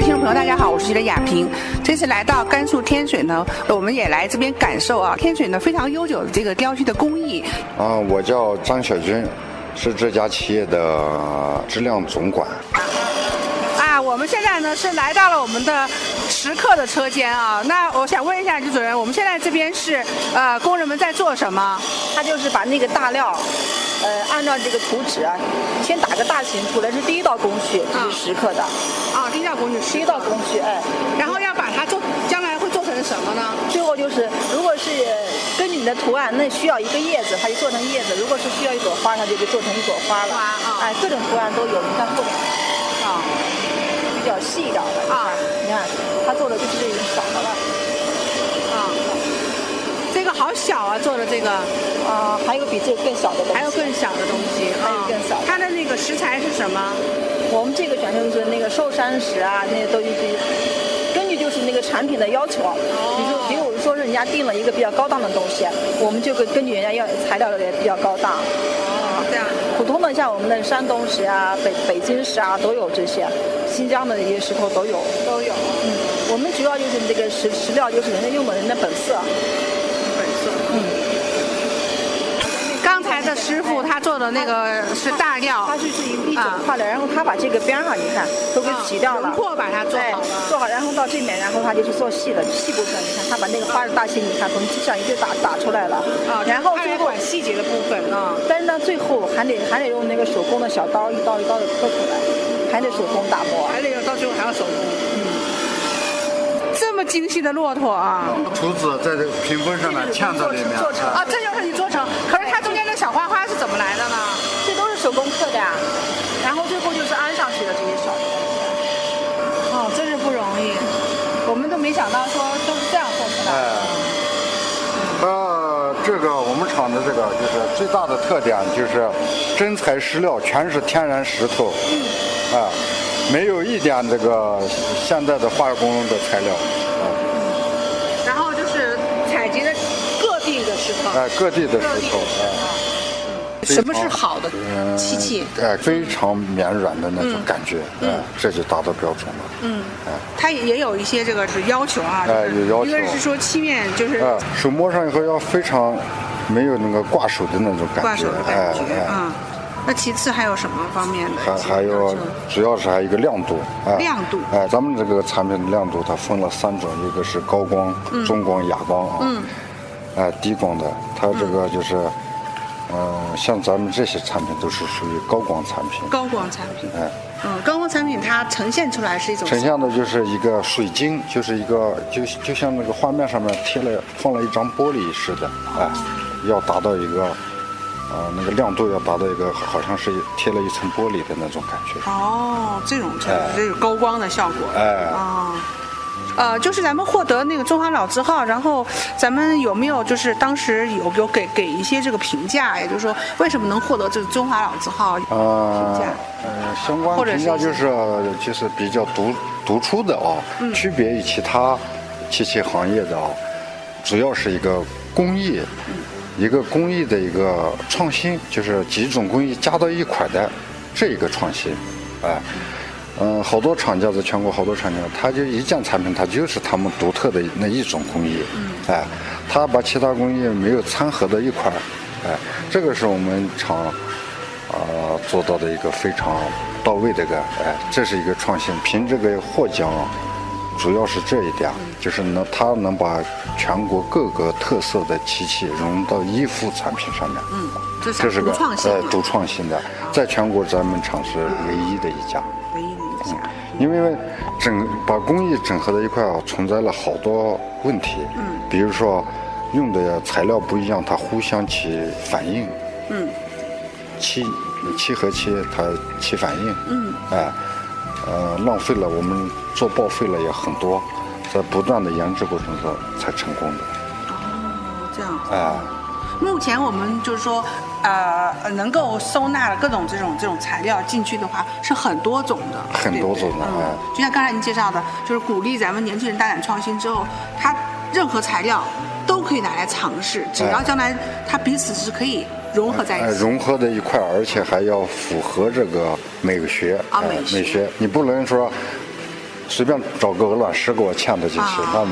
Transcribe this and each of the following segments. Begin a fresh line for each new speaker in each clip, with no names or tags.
听众朋友，大家好，我是记者亚萍。这次来到甘肃天水呢，我们也来这边感受啊，天水呢非常悠久的这个雕塑的工艺。
啊，我叫张小军，是这家企业的质量总管。
啊，我们现在呢是来到了我们的食客的车间啊。那我想问一下李主任，我们现在这边是呃工人们在做什么？
他就是把那个大料，呃，按照这个图纸啊，先打个大型出来，这是第一道工序，这是食刻的，
啊，第一道工序
第一道工序，哎，
然后要把它做，将来会做成什么呢？
最后就是，如果是呃根据你的图案，那需要一个叶子，它就做成叶子；如果是需要一朵花，它就就做成一朵花了。
花啊
哎，各种图案都有，你看后面
啊
比较细一点的
啊
你看他做的就是这种小的了。
啊，这个好小啊，做的这个，
啊，还有比这个更小的东西。
还有更小的东西
还
啊
有，更小的
它的那个食材是什么？
我们这个全就是那个寿山石啊，那些都就是根据就是那个产品的要求，啊比如比如说是人家定了一个比较高档的东西，我们就根根据人家要材料也比较高档。
哦，这样。
普通的像我们的山东石啊、北北京石啊都有这些，新疆的一些石头都有。
都有
嗯，我们主要就是这个石石料，就是人家用的人的本色。
本色。嗯。刚才的师傅他做的那个是大料，
它就是一一整
啊
块的，然后他把这个边儿啊，你看都给
啊
挤掉了
轮，廓把它做
对
好了。
做好，然后到这面，然后他就是做细的细部分。你看，他把那个花的大细，你看从机上一就打打出来了。
啊，
然后
他
最
来
后，
管细节的部分啊。
但是呢，最后还得还得用那个手工的小刀，一刀一刀的刻出来，还得手工打磨。
还得有到最后还要手工。这么精细的骆驼啊！
图纸在这屏风上呢，嵌在里面。
做成
啊
啊，这就是你做成，可是它中间那小花花是怎么来的呢？
这都是手工刻的呀、然后最后就是安上去的这些小的。
哦，真是不容易，我们都没想到说都是这样做出来的。
哎，呃，这个我们厂的这个就是最大的特点就是真材实料，全是天然石头。嗯。啊，没有一点这个现在的化工的材料。
然后就是采集的各地的石头。
哎、各地的石
各地
头。哎、非
嗯什么是
常
好的
嗯
漆器？嗯
哎，非常绵软的那种感觉，哎，这就达到标准了。嗯，哎，
它也有一些这个是要求啊，
哎
就是
有要求
一个是说漆面就是
哎，手摸上以后要非常没有那个挂手的那种
挂
感觉
手的，
哎
感觉
哎，
啊。那其次还有什么方面的
还
一些
还
要
有
求？
主要是还有一个亮度，哎，
亮度
哎，咱们这个产品的亮度它分了三种，一个是高光、
嗯
中光、哑光啊，嗯，哎，低光的，它这个就是，嗯，像咱们这些产品都是属于高光产品，
高光产品，
哎。
嗯，高光产品它呈现出来是一种
呈现的就是一个水晶，就是一个就就像那个画面上面贴了放了一张玻璃似的，哎，要达到一个，呃，那个亮度要达到一个好像是贴了一层玻璃的那种感觉。
哦，这种这种
哎
这种高光的效果，
哎
啊。呃，就是咱们获得那个中华老字号，然后咱们有没有就是当时有有给给一些这个评价，也就是说为什么能获得这个中华老字号
呃
评价？
呃，相关
或者是
评价
一些
就是就是比较独突出的哦，
嗯
区别于其他漆器行业的哦，主要是一个工艺，
嗯
一个工艺的一个创新，就是几种工艺加到一块的这一个创新，哎。嗯，好多厂家在全国好多厂家，他就一件产品，它就是他们独特的那一种工艺，
嗯
哎，他把其他工艺没有掺合到一块儿，哎，这个是我们厂啊，做到的一个非常到位的一个，哎，这是一个创新。凭这个获奖，主要是这一点，就是能它能把全国各个特色的漆器融到一幅产品上面，嗯，
这是
这是
独
个
创新
呃
嘛
独创新的，在全国咱们厂是唯一的一家。
唯一的一家。
因为整把工艺整合在一块啊，存在了好多问题。嗯，比如说用的材料不一样，它互相起反应。
嗯，
漆漆和漆它起反应。嗯，哎，呃，浪费了我们做报废了也很多，在不断的研制过程中才成功的。
哦，这样。
哎，
目前我们就是说，呃，能够收纳各种这种这种材料进去的话，是很多种的，
很多种
对不
的
对
哎
嗯，就像刚才您介绍的，就是鼓励咱们年轻人大胆创新之后，它任何材料都可以拿来尝试，只要
哎
将来它彼此是可以融合在
哎
一起。
融合在一块儿，而且还要符合这个美学
啊
哎
美学
美学，你不能说随便找个鹅卵石给我嵌得进去，
啊
那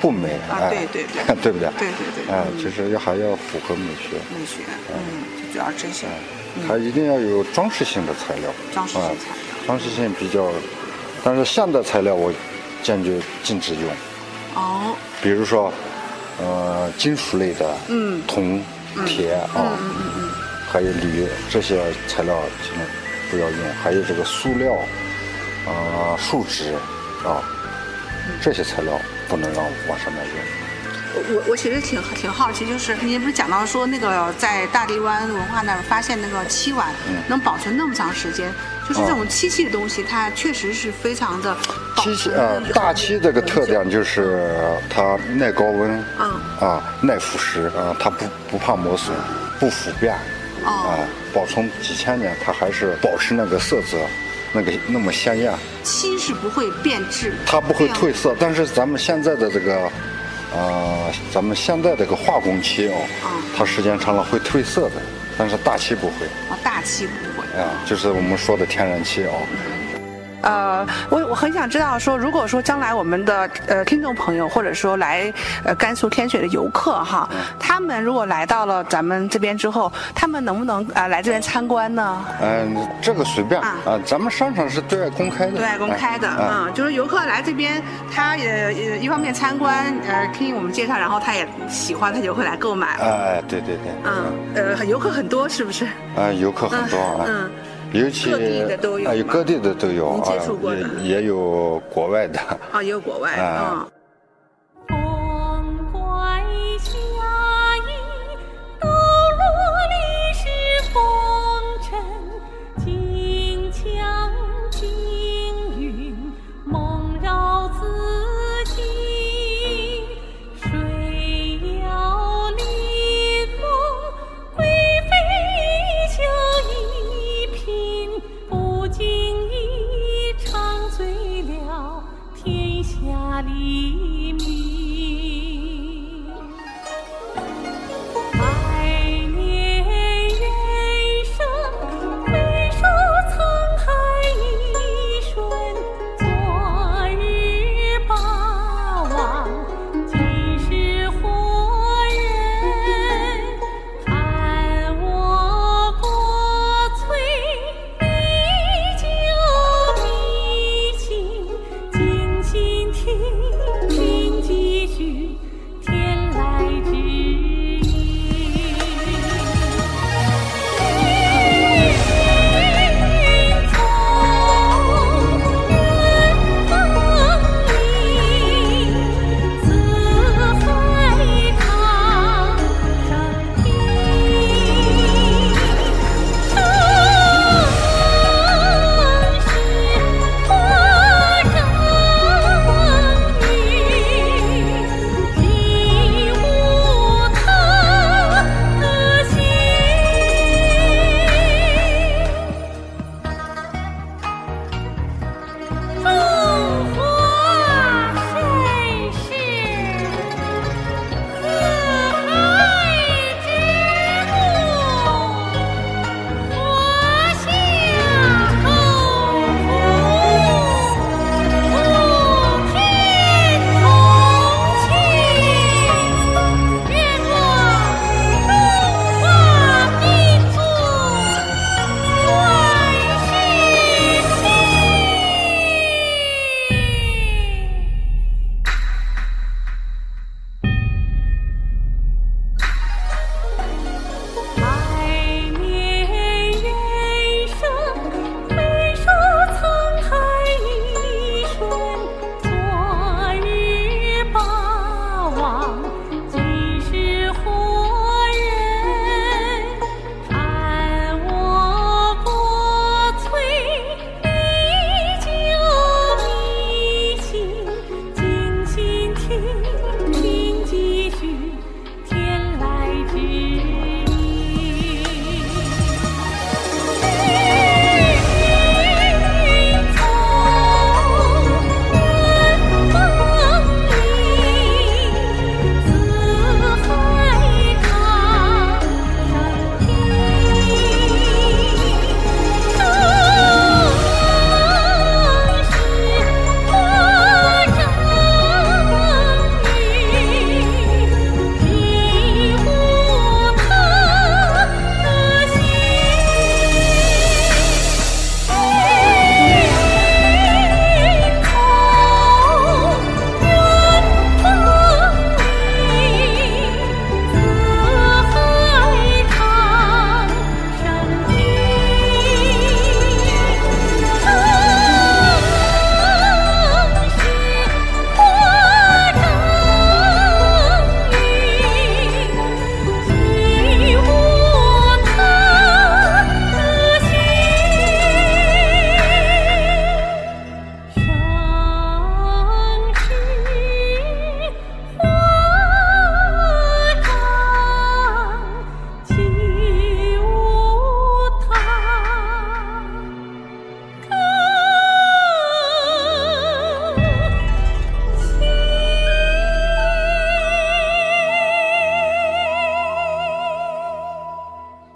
不美。
啊
哎
对对对
对不对？
对对对
哎，
嗯
就是要还要符合美学，
美学，嗯，就主要这些
它一定要有装饰性的材料。
嗯装饰性
哎
材料
装饰性比较，但是现代材料我坚决禁止用，
哦，
比如说，呃，金属类的，
嗯
铜、铁啊，还有铝这些材料尽量不要用，还有这个塑料，啊，树脂啊，这些材料不能让往上面用。
我我其实挺挺好奇，就是您不是讲到说那个在大荔湾文化那儿发现那个漆碗
嗯
能保存那么长时间，就是这
哦
种漆器的东西，它确实是非常的保
漆器
存
呃
得很，
大漆这个特点就是它耐高温，
嗯
啊，耐腐蚀啊，它不不怕磨损，不腐变，
哦
啊，保存几千年，它还是保持那个色泽，那个那么鲜艳。
漆是不会变质，
它不会
变
褪色，但是咱们现在的这个，呃，咱们现在这个化工漆哦，
嗯
它时间长了会褪色的，但是大漆不会，
哦，大漆不会。
啊、就是我们说的天然漆哦。
呃，我我很想知道说，如果说将来我们的呃听众朋友，或者说来呃甘肃天水的游客哈，
嗯
他们如果来到了咱们这边之后，他们能不能啊、呃来这边参观呢？
嗯、这个随便
啊
啊、咱们商场是对外公开的，
对外公开的，
哎哎
嗯，就是游客来这边，他也呃一方面参观，呃，听我们介绍，然后他也喜欢，他就会来购买。
哎，对对对，
嗯，呃，游客很多是不是？
啊，游客很多啊，
嗯
尤其
各地的都有
哎
吗
各地的都有
您
啊
接触过的，
也也有国外的，
啊，也有国外，
哎
嗯。
风怪夏意，道路里是风尘，金枪金云梦绕自己，水摇林梦，贵妃一酒一品，不经意。唱醉了天下黎明。